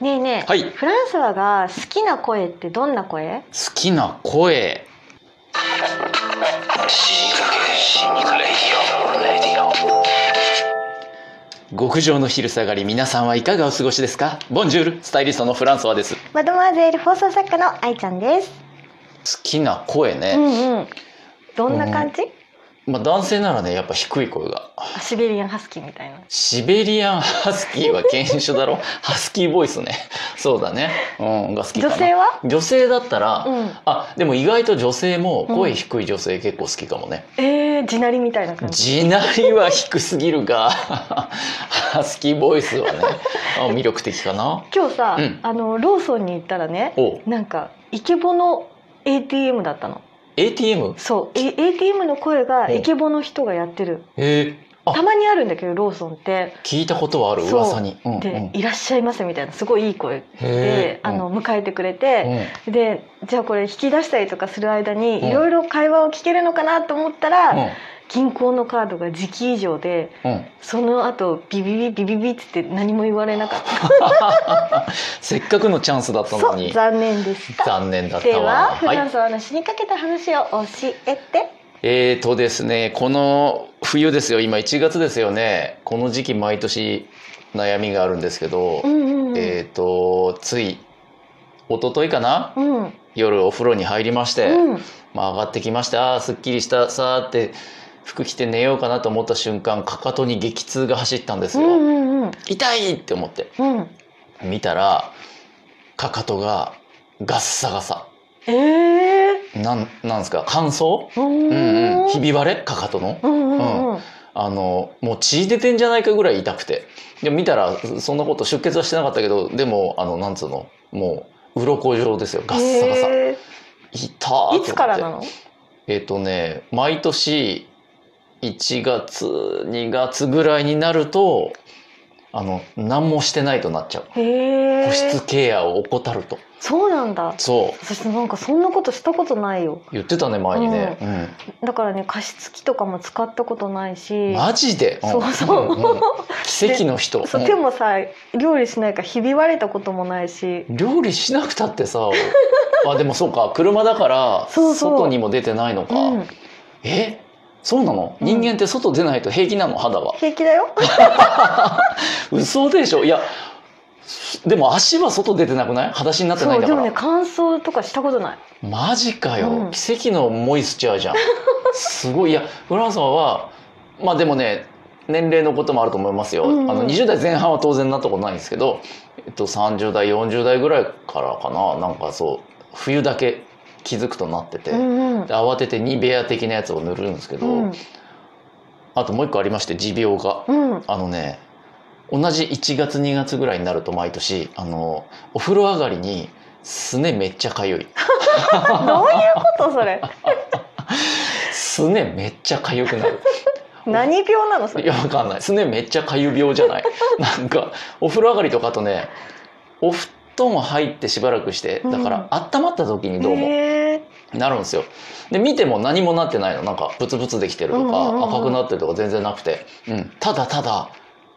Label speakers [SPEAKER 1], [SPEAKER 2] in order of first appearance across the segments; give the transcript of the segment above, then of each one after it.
[SPEAKER 1] ねえねえ、
[SPEAKER 2] はい
[SPEAKER 1] フランスワが好きな声ってどんな声
[SPEAKER 2] 好きな声極上の昼下がり皆さんはいかがお過ごしですかボンジュールスタイリストのフランソワです好
[SPEAKER 1] マドマーゼール放送作家の愛ちゃんです。
[SPEAKER 2] きな声
[SPEAKER 1] う
[SPEAKER 2] ね、
[SPEAKER 1] んうん。どんな感じ、
[SPEAKER 2] まあ男性ならねやっぱ低い声が
[SPEAKER 1] あシベリアンハスキーみたいな。
[SPEAKER 2] シベリアンハスキーは犬種だろ ハスキーボイスねそうだねうんが好きかな
[SPEAKER 1] 女性は
[SPEAKER 2] 女性だったら、
[SPEAKER 1] うん
[SPEAKER 2] あでも意外と女性も声低い女性結構好きかもね、
[SPEAKER 1] えー、地鳴りみたいな感じ。
[SPEAKER 2] 地鳴りは低すぎるがハスキーボイス はねあ魅力的かな
[SPEAKER 1] 今日さ、
[SPEAKER 2] うん
[SPEAKER 1] あのローソンに行ったらね、
[SPEAKER 2] お
[SPEAKER 1] なんかイケボの ATM だったの。
[SPEAKER 2] ATM
[SPEAKER 1] そう、え ATM の声が
[SPEAKER 2] うん
[SPEAKER 1] イケボの人がやってる。
[SPEAKER 2] えー、
[SPEAKER 1] た
[SPEAKER 2] あ
[SPEAKER 1] まにあるんだけどローソンって。
[SPEAKER 2] 聞いたことはある
[SPEAKER 1] そう
[SPEAKER 2] 噂にうんうん
[SPEAKER 1] で、いらっしゃいませみたいなすごいいい声で
[SPEAKER 2] へー、
[SPEAKER 1] あの迎えてくれて。
[SPEAKER 2] うんうん
[SPEAKER 1] でじゃあこれ引き出したりとかする間
[SPEAKER 2] うん
[SPEAKER 1] にいろいろ会話を聞けるのかなと思ったら、
[SPEAKER 2] う
[SPEAKER 1] 銀行のカードが時期以上で
[SPEAKER 2] ん うん
[SPEAKER 1] その後ビビビビビビって言って何も言われなかった
[SPEAKER 2] せっかくのチャンスだったの
[SPEAKER 1] そう
[SPEAKER 2] に
[SPEAKER 1] 残念でした
[SPEAKER 2] 残念だった
[SPEAKER 1] では
[SPEAKER 2] わ
[SPEAKER 1] フラ
[SPEAKER 2] は
[SPEAKER 1] ン
[SPEAKER 2] い
[SPEAKER 1] スはあの死にかけた話を教えて、
[SPEAKER 2] えーとですねこの冬ですよ今1月ですよねこの時期毎年悩みがあるんですけど、
[SPEAKER 1] うんうんうん、
[SPEAKER 2] えーとつい一昨日かな
[SPEAKER 1] うん
[SPEAKER 2] 夜お風呂に入りまして、
[SPEAKER 1] うん
[SPEAKER 2] まあ、上がってきましたあーすっきりしたさーって服着て寝ようかなと思った瞬間かかとに激痛が走ったんです
[SPEAKER 1] う
[SPEAKER 2] よ、
[SPEAKER 1] んうんうん
[SPEAKER 2] 痛いって思って
[SPEAKER 1] うん
[SPEAKER 2] 見たらかかとがガッサガサ
[SPEAKER 1] ええ
[SPEAKER 2] なんなんですか乾燥
[SPEAKER 1] ー、うん
[SPEAKER 2] うんうんひび割れかかとの
[SPEAKER 1] うんうんうん
[SPEAKER 2] あのもう血出てんじゃないかぐらい痛くてで見たらそんなこと出血はしてなかったけどでもあのなんつうのもう鱗状ですよガッサガサ、
[SPEAKER 1] え
[SPEAKER 2] 痛ーって思
[SPEAKER 1] ー、
[SPEAKER 2] っ
[SPEAKER 1] い
[SPEAKER 2] て
[SPEAKER 1] つからなの
[SPEAKER 2] えっ、とね、毎年1月、2月ぐらいになると、あの、何もしてないとなっちゃう。
[SPEAKER 1] へえ
[SPEAKER 2] 保
[SPEAKER 1] ー
[SPEAKER 2] 湿、ケアを怠ると。
[SPEAKER 1] そうなんだ
[SPEAKER 2] そ
[SPEAKER 1] 私なんかそんなことしたことないよ
[SPEAKER 2] う。言ってたね、前にね。
[SPEAKER 1] だからね加湿器とかも使ったことない
[SPEAKER 2] うん
[SPEAKER 1] し、
[SPEAKER 2] マジで、ん
[SPEAKER 1] そうそうん
[SPEAKER 2] ん奇跡の人。
[SPEAKER 1] そううん手もさ料理しないからひび割れたこともないし
[SPEAKER 2] 料理しなくたってさ、あ、でもそうか、車だから、
[SPEAKER 1] そうそう
[SPEAKER 2] 外にも出てないのか。
[SPEAKER 1] うん
[SPEAKER 2] えそうなの、
[SPEAKER 1] うん
[SPEAKER 2] 人間って外出ないと平気なの肌は。
[SPEAKER 1] 平気だよ
[SPEAKER 2] 嘘でしょいや、でも足は外出てなくない裸足になってな
[SPEAKER 1] そ
[SPEAKER 2] いん
[SPEAKER 1] う
[SPEAKER 2] だ
[SPEAKER 1] で
[SPEAKER 2] から。
[SPEAKER 1] もね乾燥とかしたことない
[SPEAKER 2] マジかよ、
[SPEAKER 1] うん
[SPEAKER 2] 奇跡のモイスチャ ーじゃんすごいいやフランさんはまあでもね年齢のこともあると思いますよ、
[SPEAKER 1] うんうん
[SPEAKER 2] あの20代前半は当然なったことないんですけど、えっと、30代40代ぐらいからかななんかそう冬だけ気づくとなってて、
[SPEAKER 1] うんうん
[SPEAKER 2] で慌ててニベア的なやつを塗るんですけど、
[SPEAKER 1] うん
[SPEAKER 2] あともう一個ありまして持病が
[SPEAKER 1] うん
[SPEAKER 2] あのね同じ1月2月ぐらいになると毎年あのお風呂上がりにすねめっちゃかゆい
[SPEAKER 1] どういうことそ れ
[SPEAKER 2] すねめっちゃ痒くなる。
[SPEAKER 1] 何病なのそ
[SPEAKER 2] い
[SPEAKER 1] れ
[SPEAKER 2] やわかんない。すねめっちゃ痒病じゃない。なんかお風呂上がりとかあとね、お布団入ってしばらくして、だから温まった時にどうも
[SPEAKER 1] へえ
[SPEAKER 2] なるんですよ。で見ても何もなってないの。なんかブツブツできてると
[SPEAKER 1] うんうんうんう
[SPEAKER 2] か
[SPEAKER 1] ん
[SPEAKER 2] 赤くなってるとか全然なくて、うん。ただただ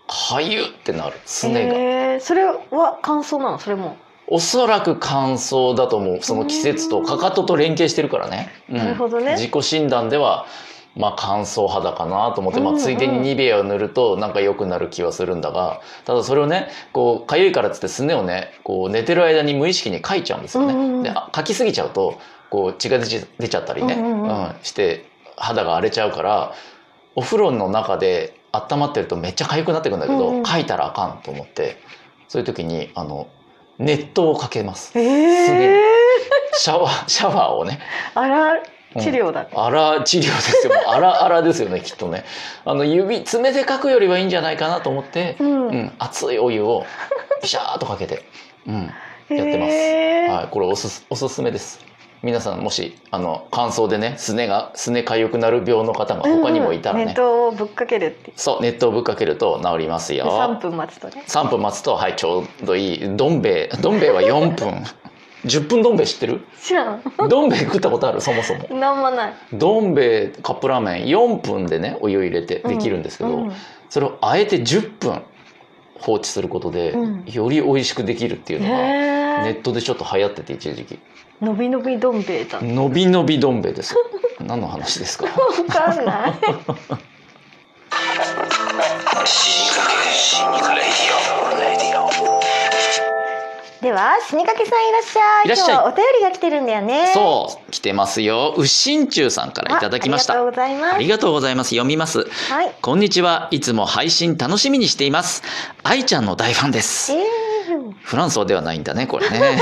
[SPEAKER 2] 痒ってなる。すねが。
[SPEAKER 1] へえそれは乾燥なのそれも、
[SPEAKER 2] おそらく乾燥だと思う。その季節とかかとと連携してるからね。うん
[SPEAKER 1] なるほどね
[SPEAKER 2] 自己診断では、まあ乾燥肌かなと思って、
[SPEAKER 1] う
[SPEAKER 2] まあ
[SPEAKER 1] んうん
[SPEAKER 2] ついでにニベアを塗るとなんか良くなる気はするんだが、ただそれをね、こう、痒いからっつってすねをね、こう寝てる間に無意識に書いちゃうんですよね。
[SPEAKER 1] うんうんうん
[SPEAKER 2] で、あ書きすぎちゃうと、こう血が出ち出ちゃったりね、
[SPEAKER 1] うんうんうん
[SPEAKER 2] うんして肌が荒れちゃうから、お風呂の中で温まってるとめっちゃ痒くなってくるんだけど、
[SPEAKER 1] うんうん
[SPEAKER 2] 書いたらあかんと思って、そういう時に、あの、熱湯をかけます
[SPEAKER 1] へ
[SPEAKER 2] ね
[SPEAKER 1] え
[SPEAKER 2] シャワー シャワーをね
[SPEAKER 1] あら治療だ、
[SPEAKER 2] あら治療 ですよあらあらですよねきっとねあの指爪でかくよりはいいんじゃないかなと思って、
[SPEAKER 1] うん
[SPEAKER 2] うん、熱いお湯をピシャーっとかけて、うん
[SPEAKER 1] へ
[SPEAKER 2] やってます
[SPEAKER 1] え
[SPEAKER 2] はい、これおすすおすすめです皆さんもしあの乾燥でねすねがすね痒くなる病の方が他にもいたらね、
[SPEAKER 1] うんうん熱湯をぶっかけるって
[SPEAKER 2] そう熱湯ぶっかけると治りますよ
[SPEAKER 1] 3分待つとね
[SPEAKER 2] 3分待つとはいちょうどいいどん兵衛どん兵衛は4分10分どん兵衛知ってる
[SPEAKER 1] 知らん
[SPEAKER 2] どん兵衛食ったことあるそもそも
[SPEAKER 1] なんもない
[SPEAKER 2] どん兵衛カップラーメン4分でねお湯入れてできるんですけど、
[SPEAKER 1] うう
[SPEAKER 2] それをあえて10分放置することで、
[SPEAKER 1] うん
[SPEAKER 2] より美味しくできるっていうのが、ネ
[SPEAKER 1] へえ
[SPEAKER 2] ットでちょっと流行ってて一時期
[SPEAKER 1] のびのびどん兵衛だ
[SPEAKER 2] 「のびのびどん兵衛」で すよ何の話ですか
[SPEAKER 1] 分かんない
[SPEAKER 3] 死にかけ死にかけレディオレディオ
[SPEAKER 1] では死にかけさんいらっしゃい
[SPEAKER 2] いらっしゃい
[SPEAKER 1] 今日はお便りが来てるんだよねう
[SPEAKER 2] そう来てますようしんちゅうさんからいただきまし
[SPEAKER 1] あり
[SPEAKER 2] た
[SPEAKER 1] がとうございます
[SPEAKER 2] ありがとうございます読みます
[SPEAKER 1] はい
[SPEAKER 2] こんにちはいつも配信楽しみにしています愛ちゃんの大ファンです
[SPEAKER 1] えー
[SPEAKER 2] フランス語ではないんだね、こ れね。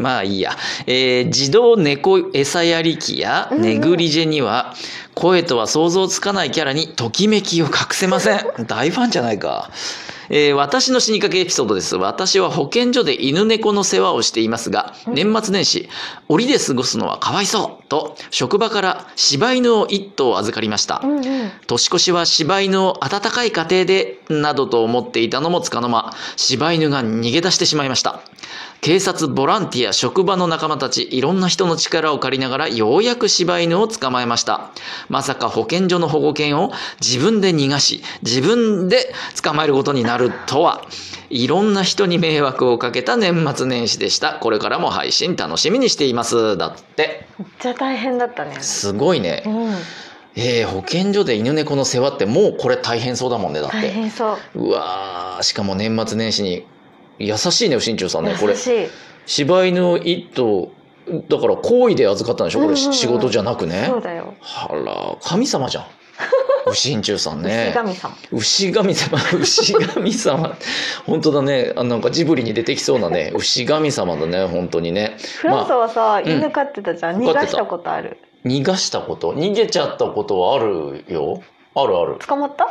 [SPEAKER 2] まあいいや。えー自動猫餌やり機や
[SPEAKER 1] うんうん
[SPEAKER 2] ネグリジェには、声とは想像つかないキャラにときめきを隠せ ません。大ファンじゃないか。えー私の死にかけエピソードです。私は保健所で犬猫の世話をしていますが、
[SPEAKER 1] うん
[SPEAKER 2] 年末年始、檻で過ごすのはかわいそうと、職場から柴犬を一頭預かりました
[SPEAKER 1] う。んうん
[SPEAKER 2] 年越しは柴犬を温かい家庭でなどと思っていたのもつかの間柴犬が逃げ出してしまいました警察ボランティア職場の仲間たちいろんな人の力を借りながらようやく柴犬を捕まえましたまさか保健所の保護犬を自分で逃がし自分で捕まえることになるとはいろんな人に迷惑をかけた年末年始でしたこれからも配信楽しみにしていますだって
[SPEAKER 1] めっちゃ大変だったね
[SPEAKER 2] すごいね
[SPEAKER 1] うん
[SPEAKER 2] えー、保健所で犬猫の世話ってもうこれ大変そうだもんねだっ
[SPEAKER 1] 大
[SPEAKER 2] て
[SPEAKER 1] 変そう
[SPEAKER 2] うわーしかも年末年始に優しいね新潮さんねこ
[SPEAKER 1] 優
[SPEAKER 2] れ
[SPEAKER 1] しい
[SPEAKER 2] 柴犬を一頭だから好意で預かったんでしょこれ、
[SPEAKER 1] うんうんうん
[SPEAKER 2] 仕事じゃなくね
[SPEAKER 1] そうだよ
[SPEAKER 2] あら神様じゃん新潮さん
[SPEAKER 1] 牛
[SPEAKER 2] ね
[SPEAKER 1] 神様
[SPEAKER 2] 牛神様牛神様本当だねあなんかジブリに出てきそうなね牛神様だね本当にね
[SPEAKER 1] フランスはさ、
[SPEAKER 2] ん
[SPEAKER 1] 犬飼ってたじゃん、逃
[SPEAKER 2] 飼ってた
[SPEAKER 1] がしたことある
[SPEAKER 2] 逃がしたこと逃げちゃったことはあるよあるある
[SPEAKER 1] 捕まった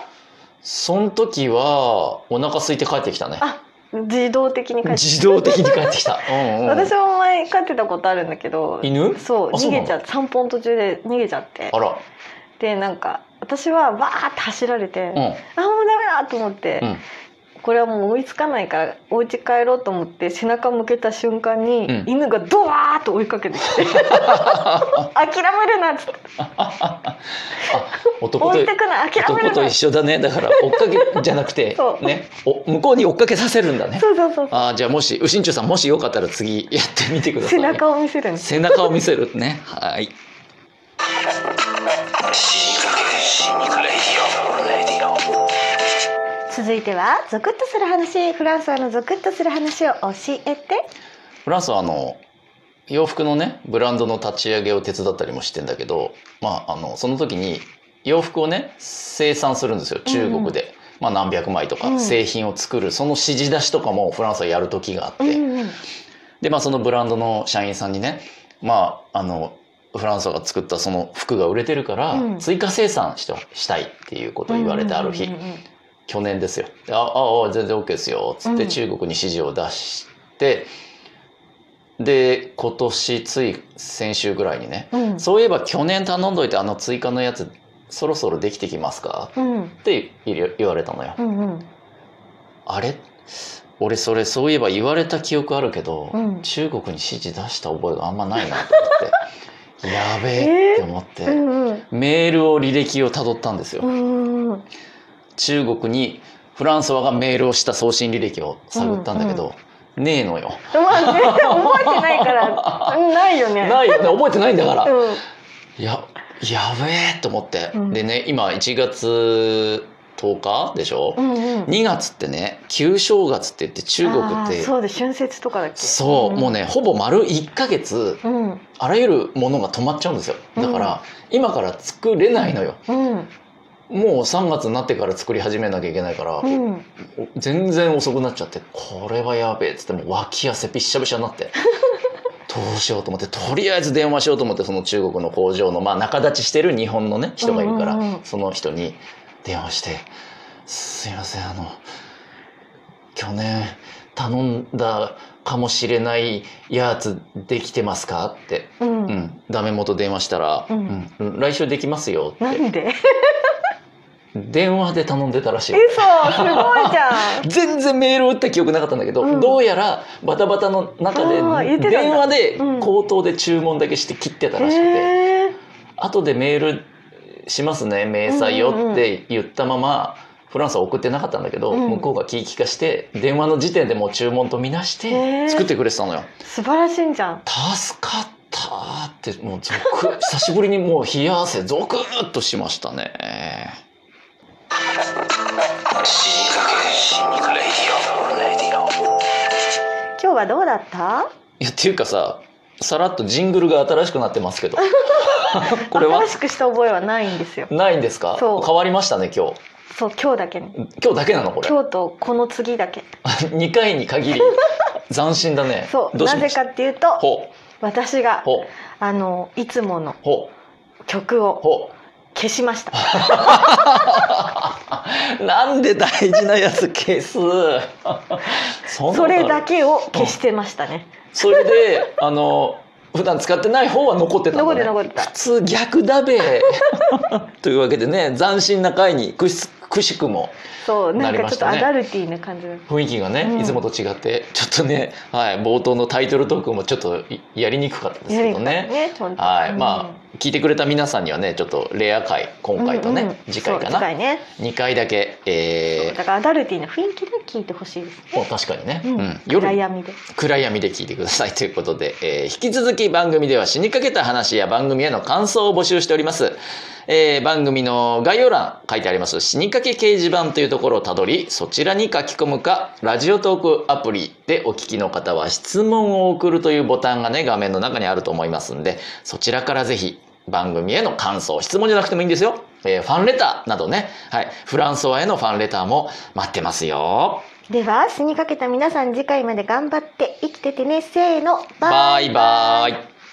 [SPEAKER 2] その時はお腹空いて帰ってきたね。
[SPEAKER 1] あ自動的に飼って
[SPEAKER 2] 自動的に帰ってきた。 うんうん、
[SPEAKER 1] 私も前飼ってたことあるんだけど
[SPEAKER 2] 犬？
[SPEAKER 1] そう
[SPEAKER 2] あそ
[SPEAKER 1] 逃
[SPEAKER 2] うな
[SPEAKER 1] げ
[SPEAKER 2] の
[SPEAKER 1] ちゃって散歩の途中で逃げちゃって
[SPEAKER 2] あら、
[SPEAKER 1] でなんか私はバーって走られて、
[SPEAKER 2] うん
[SPEAKER 1] あもうダメだと思って、
[SPEAKER 2] うん
[SPEAKER 1] これはもう追いつかないからお家帰ろうと思って背中向けた瞬間に、
[SPEAKER 2] うん
[SPEAKER 1] 犬がドワーッと追いかけてき て諦めるなっつって
[SPEAKER 2] 男
[SPEAKER 1] 置い
[SPEAKER 2] と
[SPEAKER 1] てくな諦め
[SPEAKER 2] 男
[SPEAKER 1] る
[SPEAKER 2] と
[SPEAKER 1] な
[SPEAKER 2] 一緒だね。だから追っかけじゃなく て
[SPEAKER 1] そう
[SPEAKER 2] ね、お向こうに追っかけさせるんだね。
[SPEAKER 1] そうそうそう
[SPEAKER 2] あーじゃあもしウシンチュさんもしよかったら次やってみてくださ
[SPEAKER 1] 背
[SPEAKER 2] い、ね。
[SPEAKER 1] 中を見せるんです
[SPEAKER 2] 背中を見せるね。はい。
[SPEAKER 3] 死にかけ死にかけレディオレディオ
[SPEAKER 1] 続いてはゾクッとする話フランスのゾクッとする話を教えて
[SPEAKER 2] フランスはあの洋服のねブランドの立ち上げを手伝ったりもしてんだけど、まあ、あのその時に洋服をね生産するんですよ中国で、まあ、何百枚と
[SPEAKER 1] う
[SPEAKER 2] か
[SPEAKER 1] ん
[SPEAKER 2] 製品を作る、その指示出しとかもフランスはやる時があって、
[SPEAKER 1] うんうん
[SPEAKER 2] で、まあ、そのブランドの社員さんにね、まあ、あのフランスが作ったその服が売れてるから、
[SPEAKER 1] うん
[SPEAKER 2] 追加生産してしたいっていうことを言われてある日、
[SPEAKER 1] うんうんうん
[SPEAKER 2] 去年ですよ。であああ全然 OK ですよ。つっ
[SPEAKER 1] う
[SPEAKER 2] て
[SPEAKER 1] ん
[SPEAKER 2] 中国に指示を出して、で今年つい先週ぐらいにね、
[SPEAKER 1] うん
[SPEAKER 2] そういえば去年頼んどいてあの追加のやつそろそろできてきますか
[SPEAKER 1] うん
[SPEAKER 2] って言言われたのよ。
[SPEAKER 1] うんうん
[SPEAKER 2] あれ俺それそういえば言われた記憶あるけど、
[SPEAKER 1] うん
[SPEAKER 2] 中国に指示出した覚えがあんまないなと 思ってやべえって思って、
[SPEAKER 1] うんうん
[SPEAKER 2] メールを履歴をたどったんですよ。
[SPEAKER 1] うんうん
[SPEAKER 2] 中国にフランソワがメールをした送信履歴を探ったんだけど、ねえのよ。
[SPEAKER 1] まあ全然覚えてないからうんないよね
[SPEAKER 2] ないよね覚えてないんだから。
[SPEAKER 1] うん
[SPEAKER 2] いややべえと思って、
[SPEAKER 1] うん
[SPEAKER 2] でね今1月10日でしょ、
[SPEAKER 1] うんうん
[SPEAKER 2] 2月ってね旧正月って言って中国
[SPEAKER 1] あ
[SPEAKER 2] っ
[SPEAKER 1] ー
[SPEAKER 2] て
[SPEAKER 1] そうで春節とかだっけ
[SPEAKER 2] そう、もうねほぼ丸1ヶ月
[SPEAKER 1] うん
[SPEAKER 2] あらゆるものが止まっちゃうんですよだから、今から作れないのよ
[SPEAKER 1] うん
[SPEAKER 2] もう3月になってから作り始めなきゃいけないから、
[SPEAKER 1] うん
[SPEAKER 2] 全然遅くなっちゃってこれはやべえっつってもう脇汗びっしゃびしゃになって どうしようと思ってとりあえず電話しようと思ってその中国の工場の、まあ、仲立ちしてる日本のね人がいるから、
[SPEAKER 1] うんうんうん
[SPEAKER 2] その人に電話して「すいませんあの去年頼んだかもしれないやつできてますか?」って、
[SPEAKER 1] うん
[SPEAKER 2] う
[SPEAKER 1] うん
[SPEAKER 2] ん、ダメ元電話したら「
[SPEAKER 1] う
[SPEAKER 2] うんん来週できますよ」っ
[SPEAKER 1] な
[SPEAKER 2] て
[SPEAKER 1] んで
[SPEAKER 2] 電話で頼んでたらしい
[SPEAKER 1] 嘘すごいじゃん
[SPEAKER 2] 全然メールを打った記憶なかったんだけど、
[SPEAKER 1] うん
[SPEAKER 2] どうやらバタバタの中
[SPEAKER 1] あー言ってた
[SPEAKER 2] で
[SPEAKER 1] んだ
[SPEAKER 2] 電話で
[SPEAKER 1] うん
[SPEAKER 2] 口頭で注文だけして切ってたらしくて、
[SPEAKER 1] へえ
[SPEAKER 2] 後でメールしますね明細よって言ったままフランスは送ってなかったんだけど、
[SPEAKER 1] うん
[SPEAKER 2] 向こうが聞き化して電話の時点でもう注文とみなし
[SPEAKER 1] へー
[SPEAKER 2] て作ってくれてたのよ。
[SPEAKER 1] 素晴らしいんじゃん
[SPEAKER 2] 助かったってもうゾク 久しぶりにもう冷や汗ゾクッとしましたね。
[SPEAKER 3] 死にかけ死にかレディオレディオ
[SPEAKER 1] 今日はどうだった
[SPEAKER 2] いやっていうかささらっとジングルが新しくなっ てますけどこれは
[SPEAKER 1] 新しくした覚えはないんですよ
[SPEAKER 2] ないんですか変
[SPEAKER 1] そう
[SPEAKER 2] わりましたね今日
[SPEAKER 1] そう今日だけね
[SPEAKER 2] 今日だけなのこれ
[SPEAKER 1] 今日とこの次だけ
[SPEAKER 2] 2回に限り斬新だね
[SPEAKER 1] そう
[SPEAKER 2] どうし
[SPEAKER 1] な
[SPEAKER 2] ま
[SPEAKER 1] ぜ
[SPEAKER 2] した
[SPEAKER 1] かっていうと
[SPEAKER 2] ほ
[SPEAKER 1] 私が
[SPEAKER 2] ほ
[SPEAKER 1] あのいつもの
[SPEAKER 2] ほ
[SPEAKER 1] 曲を
[SPEAKER 2] ほ
[SPEAKER 1] 消しました
[SPEAKER 2] なんで大事なやつ消す そんなこと
[SPEAKER 1] そ
[SPEAKER 2] ある
[SPEAKER 1] れだけを消してましたね
[SPEAKER 2] それであの普段使ってない方は残ってたん
[SPEAKER 1] 残
[SPEAKER 2] だ、ね、
[SPEAKER 1] ってた残ってた
[SPEAKER 2] 普通逆だべ というわけでね斬新な回にくしくしくも
[SPEAKER 1] そうなん
[SPEAKER 2] なり
[SPEAKER 1] か
[SPEAKER 2] ま
[SPEAKER 1] ちょ
[SPEAKER 2] し
[SPEAKER 1] っと
[SPEAKER 2] たね
[SPEAKER 1] アダルティーな感じだった
[SPEAKER 2] 雰囲気がね、
[SPEAKER 1] うん
[SPEAKER 2] いつもと違ってちょっとね、はい、冒頭のタイトルトークもちょっといやりにくかったですけどね。
[SPEAKER 1] ね本当
[SPEAKER 2] はい、
[SPEAKER 1] うん
[SPEAKER 2] まあ聞いてくれた皆さんにはねちょっとレア回今回とね、
[SPEAKER 1] うんうん
[SPEAKER 2] 次回か
[SPEAKER 1] そう次
[SPEAKER 2] な
[SPEAKER 1] 回ね
[SPEAKER 2] 2回だけ、え
[SPEAKER 1] だからアダルティーな雰囲気で聞いてほしいです
[SPEAKER 2] ーもう確かにね、
[SPEAKER 1] ね、
[SPEAKER 2] う
[SPEAKER 1] うんん、暗
[SPEAKER 2] 夜
[SPEAKER 1] 闇で
[SPEAKER 2] 暗闇で聞いてくださいということで、えー引き続き番組では死にかけた話や番組への感想を募集しております、えー番組の概要欄書いてあります死にかけ掲示板というところをたどりそちらに書き込むかラジオトークアプリでお聞きの方は質問を送るというボタンがね画面の中にあると思いますんでそちらからぜひ番組への感想質問じゃなくてもいいんですよ、えーファンレターなどね、はい、フランソワへのファンレターも待ってますよ
[SPEAKER 1] では死にかけた皆さん次回まで頑張って生きててねせーの
[SPEAKER 2] バイバイ